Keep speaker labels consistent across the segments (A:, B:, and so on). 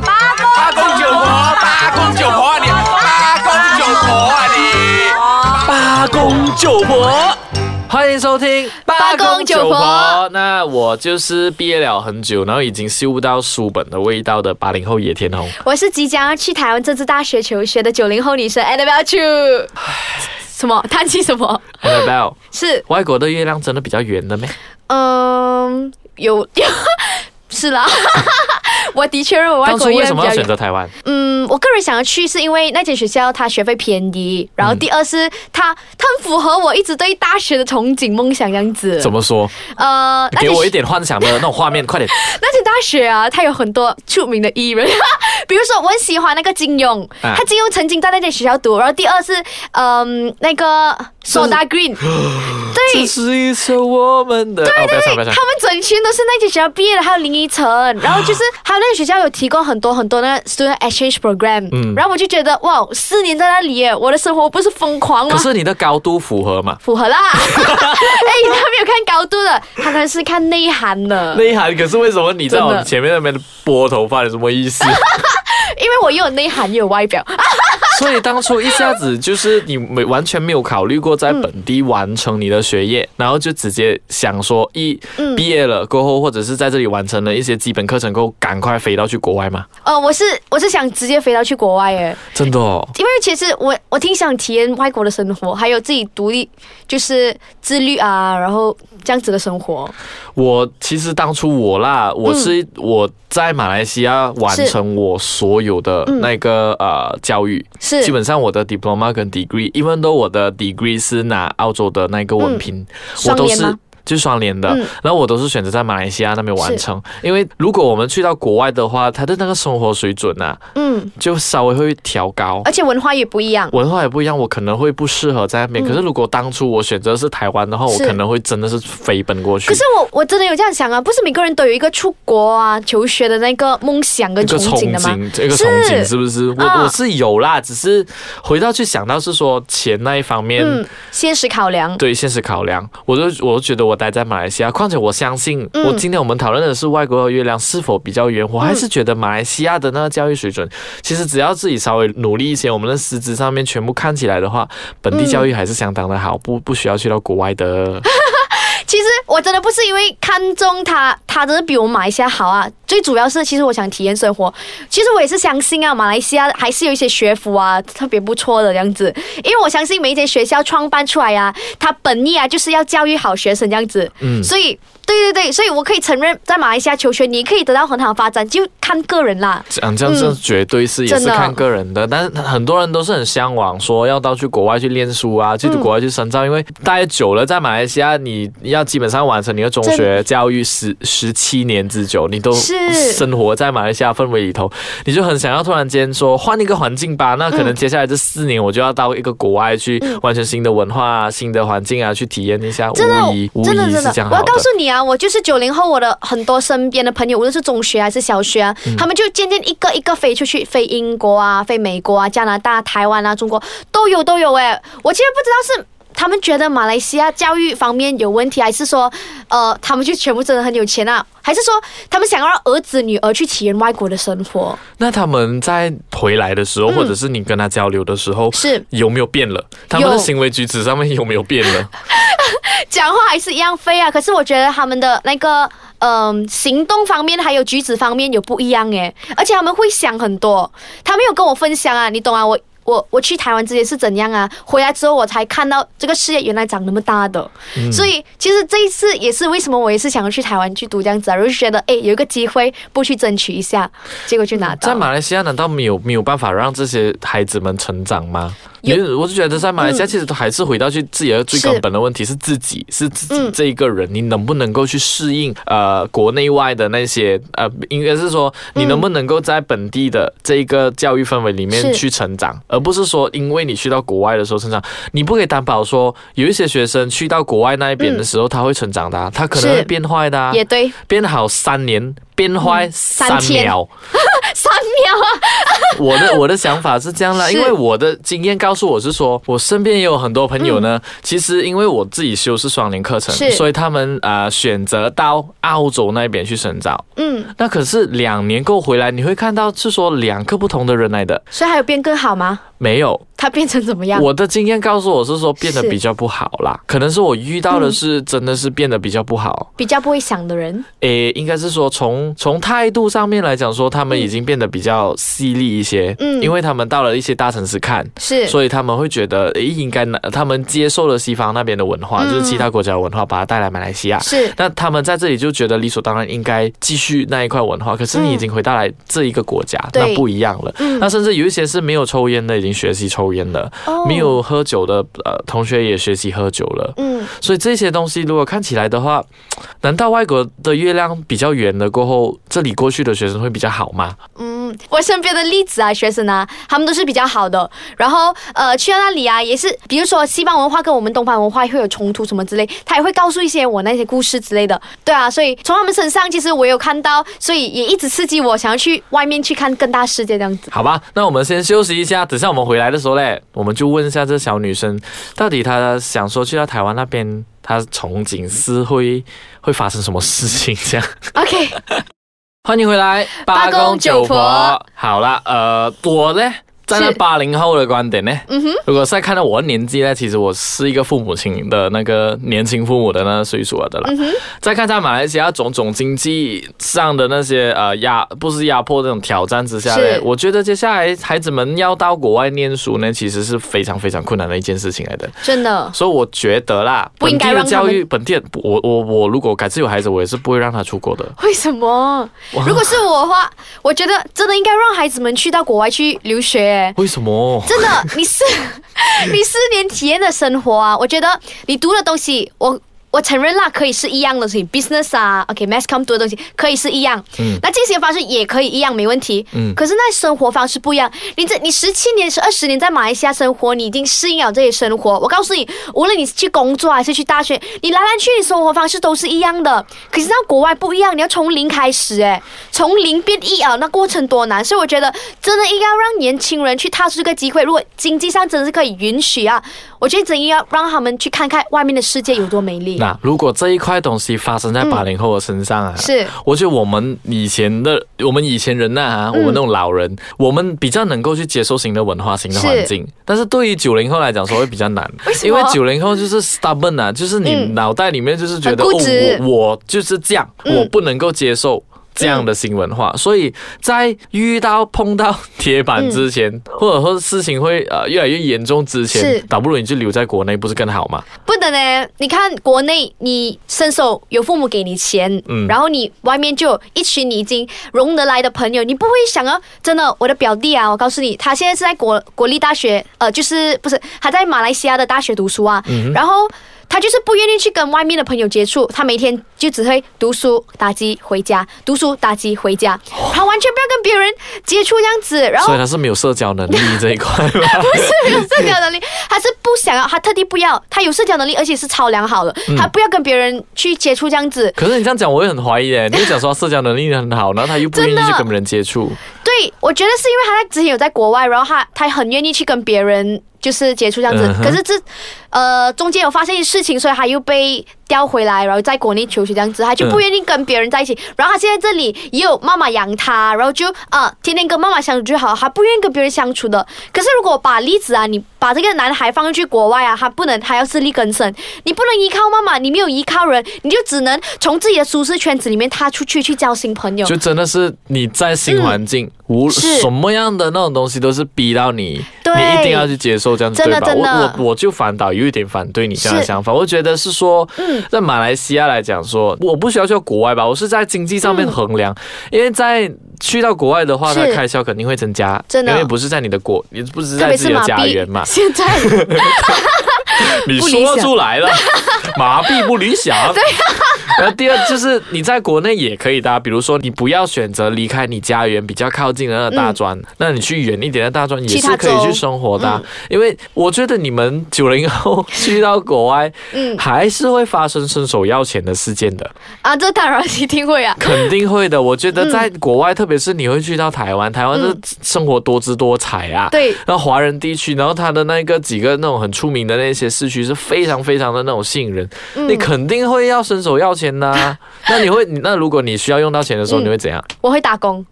A: 八公九婆，八公九婆啊你，八公九婆啊你，
B: 八公九婆，欢迎收听
C: 八公九婆
B: 那我就是毕业了很久，然后已经嗅不到书本的味道的八零后野田红。
C: 我是即将要去台湾政治大学求学的九零后女生哎 Annabelle Chu。什么？叹气什么？
B: Annabelle，
C: 是
B: 外国的月亮真的比较圆的咩？
C: 嗯， 有是啦。 我的确认为外
B: 当初
C: 国
B: 为
C: 院
B: 什
C: 比
B: 么
C: 较
B: 要选
C: 远。
B: 择台湾？
C: 嗯，我个人想要去是因为那间学校它学费偏低，
B: 嗯
C: 然后第二是它它很符合我一直对大学的憧憬梦想这样子。
B: 怎么说？
C: 呃，那
B: 给
C: 间
B: 我一点幻想的那种画面，快点！
C: 那间大学啊，它有很多著名的艺人， 比如说我很喜欢那个金庸，
B: 啊
C: 他金庸曾经在那间学校读。然后第二是，嗯，那个 Soda Green，对
B: 这。是一首我们的……哦，不要唱，不要
C: 他
B: 唱。
C: 们整群都是那间学校毕业的，还有林 依晨，然后就是还有那个学校有提供很多很多那个 student exchange program，、
B: 嗯
C: 然后我就觉得哇，四年在那里耶，我的生活不是疯狂吗
B: 可？是你的高度符合嘛？
C: 符合啦， 哎、他没有看高度的，他可能是看内涵的，
B: 内涵，可是为什么你在我
C: 真的
B: 前面那边拨头发有什么意思？
C: 因为我又有内涵又有外表，
B: 所以当初一下子就是你没完全没有考虑过在本地完成你的学业，然后就直接想说一
C: 嗯
B: 毕业了过后，或者是在这里完成了一些基本课程过后，赶快飞到去国外嘛？
C: 呃，我是我是想直接飞到去国外耶，
B: 真的哦，
C: 因为其实我我挺想体验外国的生活，还有自己独立就是自律啊，然后这样子的生活。
B: 我其实当初我啦，我是我在马来西亚完成我所有的那个、呃教育，
C: 是
B: 基本上我的 diploma 跟 degree，even though 我的 degree 是拿澳洲的那个文凭，我
C: 嗯双
B: 都
C: 联
B: 是
C: 吗。
B: 就双联的，
C: 嗯
B: 然后我都是选择在马来西亚那边完成，因为如果我们去到国外的话，他的那个生活水准啊，
C: 嗯，
B: 就稍微会调高，
C: 而且文化也不一样。
B: 文化也不一样，我可能会不适合在那边。
C: 嗯
B: 可是如果当初我选择是台湾的话，我
C: 是
B: 可能会真的是飞奔过去。
C: 可是我我真的有这样想啊，不是每个人都有一个出国啊求学的那个梦想跟
B: 这
C: 憧
B: 个憧
C: 憬的吗？
B: 憬，这个憧憬
C: 是
B: 是不是？我、
C: 啊
B: 我是有啦，只是回到去想到是说钱那一方面，
C: 嗯，现实考量。
B: 对现实考量，我就我就觉得我待在马来西亚，况且我相信，
C: 嗯
B: 我今天我们讨论的是外国的月亮是否比较圆，我还是觉得马来西亚的那个教育水准，其实只要自己稍微努力一些，我们的师资上面全部看起来的话，本地教育还是相当的好，不不需要去到国外的。
C: 其实我真的不是因为看中他，他真的比我马来西亚好啊。最主要是，其实我想体验生活。其实我也是相信啊，马来西亚还是有一些学府啊，特别不错的这样子。因为我相信每一间学校创办出来啊，它本意啊就是要教育好学生这样子。
B: 嗯
C: 所以，对对对，所以我可以承认，在马来西亚求学，你可以得到很好的发展，就看个人啦。
B: 讲这样这
C: 嗯
B: 绝对是也是
C: 真的
B: 看个人的，但是很多人都是很向往说要到去国外去练书啊，去国外去深造，因为待久了在马来西亚，你要基本上完成你的中学教育十十七年之久，你都
C: 是
B: 生活在马来西亚氛围里头，你就很想要突然间说换一个环境吧，那可能
C: 嗯
B: 接下来这四年我就要到一个国外去完全新的文化、啊、新的环境啊，去体验一下，
C: 真的
B: 无疑无
C: 真的
B: 疑
C: 真
B: 是
C: 的
B: 这样，
C: 我
B: 好
C: 要
B: 的
C: 告。诉你啊，我就是九零后，我的很多身边的朋友，无论是中学还是小学啊，
B: 嗯
C: 他们就渐渐一个一个飞出去，飞英国啊，飞美国啊，加拿大、台湾啊，中国都有都有哎、我其实不知道是。他们觉得马来西亚教育方面有问题，还是说，呃，他们就全部真的很有钱啊？还是说他们想要让儿子女儿去体验外国的生活？
B: 那他们在回来的时候，或者是你跟他交流的时候，
C: 嗯是
B: 有没有变了？他们的
C: 有
B: 行为举止上面有没有变了？
C: 讲话还是一样飞啊？可是我觉得他们的那个嗯、行动方面还有举止方面有不一样诶，而且他们会想很多，他们有跟我分享啊，你懂啊？我我我去台湾之前是怎样啊？回来之后我才看到这个世界原来长那么大的，
B: 嗯
C: 所以其实这一次也是为什么我也是想要去台湾去读这样子啊，我就觉得诶有一个机会不去争取一下，结果就拿到
B: 在
C: 了。
B: 马来西亚难道没有没有办法让这些孩子们成长吗？因
C: 有
B: 为我就觉得在马来西亚，其实都还是回到去自己的最
C: 是
B: 根本的问题是自己，是自己
C: 嗯
B: 这一个人，你能不能够去适应呃国内外的那些呃，应该是说你能不能够在本地的这一个教育氛围里面
C: 是
B: 去成长，而不是说因为你去到国外的时候成长，你不可以担保说有一些学生去到国外那一边的时候他会成长的啊、他可能
C: 嗯是
B: 会变坏的啊，
C: 也对，
B: 变好三年，变坏三
C: 嗯三千
B: 秒，
C: 三了啊！
B: 我的 我的想法是这样啦，
C: 是
B: 因为我的经验告诉我是说，我身边也有很多朋友呢。其实因为我自己修是双联课程
C: 嗯是，
B: 所以他们啊选择到澳洲那边去深造。
C: 嗯，
B: 那可是两年过回来，你会看到是说两个不同的人来的，
C: 所以还有变更好吗？
B: 没有。
C: 它变成怎么样？
B: 我的经验告诉我是说变得
C: 是
B: 比较不好啦，可能是我遇到的是真的是变得比较不好。
C: 比较不会想的人，
B: 诶，应该是说从从态度上面来讲，说他们已经变得比较犀利一些，
C: 嗯
B: 因为他们到了一些大城市看，
C: 是
B: 所以他们会觉得，诶，应该拿他们接受了西方那边的文化，
C: 嗯
B: 就是其他国家的文化，把它带来马来西亚。
C: 是
B: 那他们在这里就觉得理所当然应该继续那一块文化，可是你已经回到来这一个国家，
C: 对
B: 那不一样了。
C: 嗯
B: 那甚至有一些是没有抽烟的，已经学习抽烟了；
C: 哦
B: 没有喝酒的，呃，同学也学习喝酒了。
C: 嗯
B: 所以这些东西如果看起来的话，难道外国的月亮比较圆了过后，这里过去的学生会比较好吗？
C: 嗯，我身边的例子啊，学生啊，他们都是比较好的。然后呃，去到那里啊，也是比如说西方文化跟我们东方文化会有冲突什么之类，他也会告诉一些我那些故事之类的。对啊，所以从他们身上，其实我有看到，所以也一直刺激我想要去外面去看更大世界这 样子。
B: 好吧，那我们先休息一下，等下我们回来的时候嘞，我们就问一下这小女生，到底她想说去到台湾那边，她憧憬是会会发生什么事情这样。
C: OK，
B: 欢迎回来，
C: 八公九婆。
B: 好了，呃，我呢，站在
C: 是
B: 八零后的观点呢，
C: 嗯哼，
B: 如果再看到我的年纪呢，其实我是一个父母亲的那个年轻父母的那个岁数了的啦。
C: 嗯哼，
B: 再看在马来西亚种种经济上的那些呃压，不是压迫这种挑战之下呢
C: 是，
B: 我觉得接下来孩子们要到国外念书呢，其实是非常非常困难的一件事情来的。
C: 真的
B: 所以我觉得啦，
C: 不
B: 本
C: 应该
B: 地的
C: 让他
B: 教
C: 们
B: 育，本地的我我我如果改次有孩子，我也是不会让他出国的。
C: 为什么？
B: 哇
C: 如果是我的话，我觉得真的应该让孩子们去到国外去留学、欸。
B: 为什么？
C: 真的，你四你四年体验的生活啊，我觉得你读的东西，我我承认啦，可以是一样的东西，business 啊，OK，mass、com 读的东西可以是一样，
B: 嗯
C: 那进行方式也可以一样，没问题。
B: 嗯
C: 可是那生活方式不一样，你这你十七年、十二十年在马来西亚生活，你已经适应了这些生活。我告诉你，无论你去工作还是去大学，你来来去去生活方式都是一样的。可是到国外不一样，你要从零开始，哎，从零变一啊，那过程多难。所以我觉得真的应该让年轻人去踏出这个机会。如果经济上真的是可以允许啊，我觉得真应该让他们去看看外面的世界有多美丽。
B: 那如果这一块东西发生在八零后的身上啊，
C: 嗯是
B: 我觉得我们以前的我们以前人呐、啊，我
C: 嗯
B: 们那种老人，我们比较能够去接受新的文化、新的
C: 是
B: 环境，但是对于九零后来讲说会比较难，
C: 为什么
B: 因为九零后就是 stubborn 啊，就是你
C: 嗯
B: 脑袋里面就是觉得、
C: 很固执
B: 哦，我我就是这样，
C: 嗯
B: 我不能够接受。这样的新文化，所以在遇到碰到铁板之前，或者说事情会呃越来越严重之前
C: 嗯是，
B: 倒不如你就留在国内，不是更好吗？
C: 不能呢，你看国内你伸手有父母给你钱，
B: 嗯
C: 然后你外面就有一群你已经融得来的朋友，你不会想要真的我的表弟啊，我告诉你，他现在是在国国立大学，呃，就是不是他在马来西亚的大学读书啊，然后。他就是不愿意去跟外面的朋友接触，他每天就只会读书、打机、回家，读书、打机、回家，他完全不要跟别人接触这样子。然后
B: 所以他是没有社交能力这一块 吗？
C: 有社交能力，他是不想要，他特地不要，他有社交能力，而且是超良好的，他不要跟别人去接触这样子。
B: 可是你这样讲，我会很怀疑诶。你就讲说他社交能力很好，然后他又不愿意
C: 真的
B: 去跟人接触，
C: 对，我觉得是因为他在之前有在国外，然后他他很愿意去跟别人就是接触这样子。
B: 嗯哼
C: 可是这呃中间有发生一些事情，所以他又被调回来，然后在国内求学这样子，他就不
B: 嗯
C: 愿意跟别人在一起。然后他现在这里也有妈妈养他，然后就呃天天跟妈妈相处就好，他不愿意跟别人相处的。可是如果把例子啊，你把这个男孩放去国外啊，他不能，他要自力更生，你不能依靠妈妈，你没有依靠人，你就只能从自己的舒适圈子里面踏出去去交新朋友。
B: 就真的是你在新环境，无
C: 嗯是
B: 什么样的那种东西都是逼到你，
C: 对
B: 你一定要去接受这样子，
C: 真
B: 对
C: 的
B: 吧？
C: 真的
B: 我我我就反倒有一点反对你这样的
C: 是
B: 想法，我觉得是说，
C: 嗯
B: 在马来西亚来讲说，我不需要去国外吧，我是在经济上面
C: 嗯
B: 衡量，因为在去到国外的话，
C: 是
B: 它开销肯定会增加，
C: 真的
B: 因为不是在你的国，也不是
C: 特
B: 在
C: 别
B: 自
C: 是
B: 己的
C: 马
B: 家
C: 币，
B: 园嘛
C: 现在
B: 你
C: 不理啊
B: 说
C: 想
B: 出来了，麻痹不理想。 对、然后第二就是你在国内也可以的啊、比如说你不要选择离开你家园比较靠近的那个大专，
C: 嗯
B: 那你去远一点的大专也
C: 其
B: 是
C: 他
B: 可以
C: 州
B: 去生活的
C: 嗯
B: 啊、因为我觉得你们九零后去到国外，
C: 嗯
B: 还是会发生伸手要钱的事件的，
C: 啊，这当然一定会啊。
B: 肯定会的。我觉得
C: 嗯
B: 在国外，特别是你会去到台湾，台湾的生活多姿多彩啊，
C: 对，
B: 那华人地区，然后它的那个几个那种很出名的那些市区是非常非常的那种吸引人，你肯定会要伸手要钱的啊、那你会，你那如果你需要用到钱的时候，
C: 嗯
B: 你会怎样？
C: 我会打工。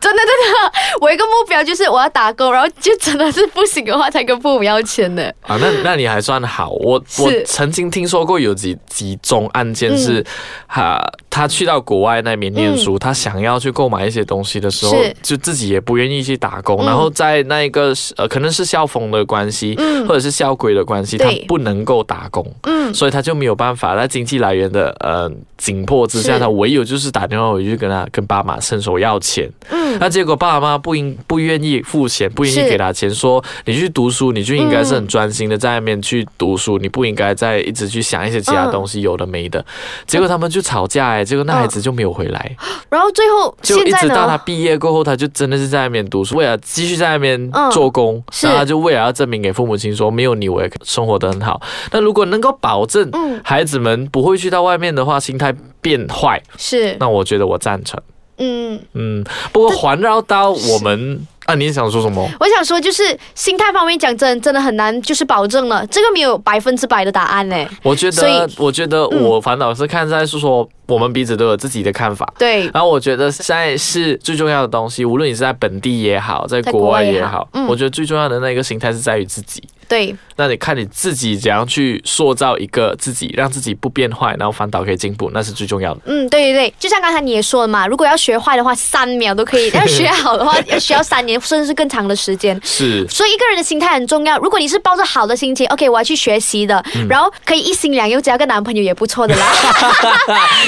C: 真的真的，我一个目标就是我要打工，然后就真的是不行的话才跟父母要钱的。
B: 啊，那那你还算好。我我
C: 是
B: 曾经听说过有几几宗案件是，
C: 嗯
B: 哈、他去到国外那边念书，他想要去购买一些东西的时候
C: 是，
B: 就自己也不愿意去打工，
C: 嗯
B: 然后在那一个呃，可能是校风的关系，
C: 嗯
B: 或者是校规的关系，他
C: 对
B: 不能够打工，
C: 嗯，
B: 所以他就没有办法，在经济来源的呃紧迫之下，
C: 是
B: 他唯有就是打电话回去跟他跟爸妈伸手要钱。
C: 嗯，
B: 那结果爸爸妈妈不应不愿意付钱，不愿意
C: 是
B: 给他钱，说你去读书，你就应该是很专心的在那边去读书，你不应该再一直去想一些其他
C: 嗯
B: 东西，有的没的。结果他们就吵架哎、结果那孩子就没有回来，
C: 然后最后
B: 就
C: 现
B: 一
C: 在
B: 直到他
C: 呢？
B: 毕业过后，他就真的是在那边读书，为了继续在那边
C: 嗯
B: 做工，
C: 是
B: 然后他就为了要证明给父母亲说，没有你我也生活得很好。那如果能够保证
C: 嗯，
B: 孩子们不会去到外面的话，心态变坏，
C: 是，
B: 那我觉得我赞成。
C: 嗯，
B: 嗯，不过环绕到我们啊，你想说什么？
C: 我想说就是心态方面讲真，真的很难，就是保证了，这个没有百分之百的答案嘞。
B: 我觉
C: 所
B: 得
C: 以，嗯
B: 我觉得我反倒是看在是说，我们彼此都有自己的看法。
C: 对，
B: 然后我觉得现在是最重要的东西，无论你是在本地也好，在
C: 在
B: 国
C: 国
B: 外
C: 外也
B: 也
C: 好
B: 好，
C: 嗯
B: 我觉得最重要的那个心态是在于自己。
C: 对，
B: 那你看你自己怎样去塑造一个自己，让自己不变坏，然后反倒可以进步，那是最重要的。
C: 嗯，对对对，就像刚才你也说了嘛，如果要学坏的话，三秒都 可以；要学好的话，要需要三年甚至是更长的时间。
B: 是，
C: 所以一个人的心态很重要。如果你是抱着好的心情，OK，我要去学习的，然后可以一心两用，交个男朋友也不错的 啦。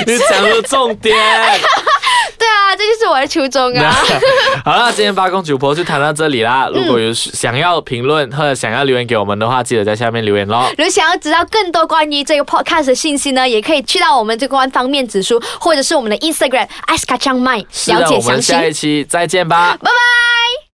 B: 你讲了重点。
C: 对啊，这就是我的初 衷
B: 那
C: 啊。
B: 好了，今天八公九婆就谈到这里啦。如果有想要评论或者想要留言给我们的话，记得在下面留言喽。
C: 如果想要知道更多关于这个 podcast 的信息呢，也可以去到我们这个官方面子书，或者是我们的 Instagram i c e k a c h a n g m i
B: 是的
C: 了解
B: 我
C: 详
B: 们
C: 情。
B: 下一期再见吧，
C: 拜拜。